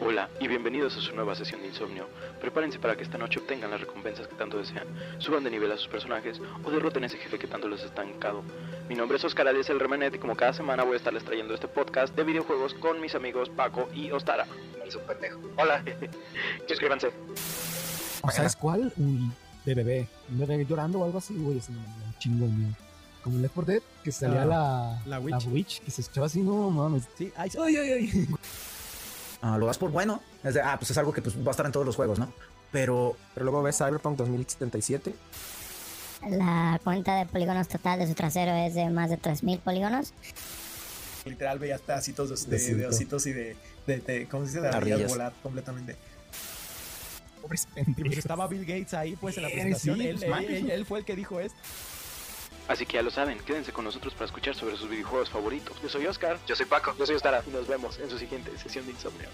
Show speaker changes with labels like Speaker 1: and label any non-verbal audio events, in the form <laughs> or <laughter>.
Speaker 1: Hola y bienvenidos a su nueva sesión de insomnio. Prepárense para que esta noche obtengan las recompensas que tanto desean, suban de nivel a sus personajes o derroten a ese jefe que tanto los ha estancado. Mi nombre es Oscar Arias el Remanente y como cada semana voy a estarles trayendo este podcast de videojuegos con mis amigos Paco y Ostara.
Speaker 2: Es un pendejo.
Speaker 1: <laughs> Hola, suscríbanse.
Speaker 3: ¿O sabes cuál? Uy, de bebé. Me bebé llorando o algo así, güey. Es un chingo de miedo. Como el Left 4 Dead, que salía
Speaker 4: Ah,
Speaker 3: la,
Speaker 4: la Witch.
Speaker 3: que se escuchaba así, no mames.
Speaker 4: Sí, ay, ay, ay, ay.
Speaker 5: Ah, lo das por bueno. Es de, ah, pues es algo que pues, va a estar en todos los juegos, ¿no? Pero
Speaker 6: Pero luego ves Cyberpunk 2077.
Speaker 7: La cuenta de polígonos total de su trasero es de más de 3.000 polígonos.
Speaker 4: Literal veía pedacitos de,
Speaker 6: De
Speaker 4: de, de
Speaker 6: cinto.
Speaker 4: ositos y de, de, de- ¿cómo se dice? De ardillas
Speaker 5: Ardillas.
Speaker 4: volar completamente.
Speaker 3: Pobres
Speaker 4: Y pues
Speaker 3: pendejos.
Speaker 4: estaba Bill Gates ahí, pues en la
Speaker 3: Sí,
Speaker 4: presentación.
Speaker 3: sí,
Speaker 4: él,
Speaker 3: pues,
Speaker 4: él- él- él fue el que dijo esto.
Speaker 1: Así que ya lo saben, quédense con nosotros para escuchar sobre sus videojuegos favoritos. Yo soy Oscar,
Speaker 2: Yo soy Paco.
Speaker 1: yo soy Ostara y nos vemos en su siguiente sesión de insomnio.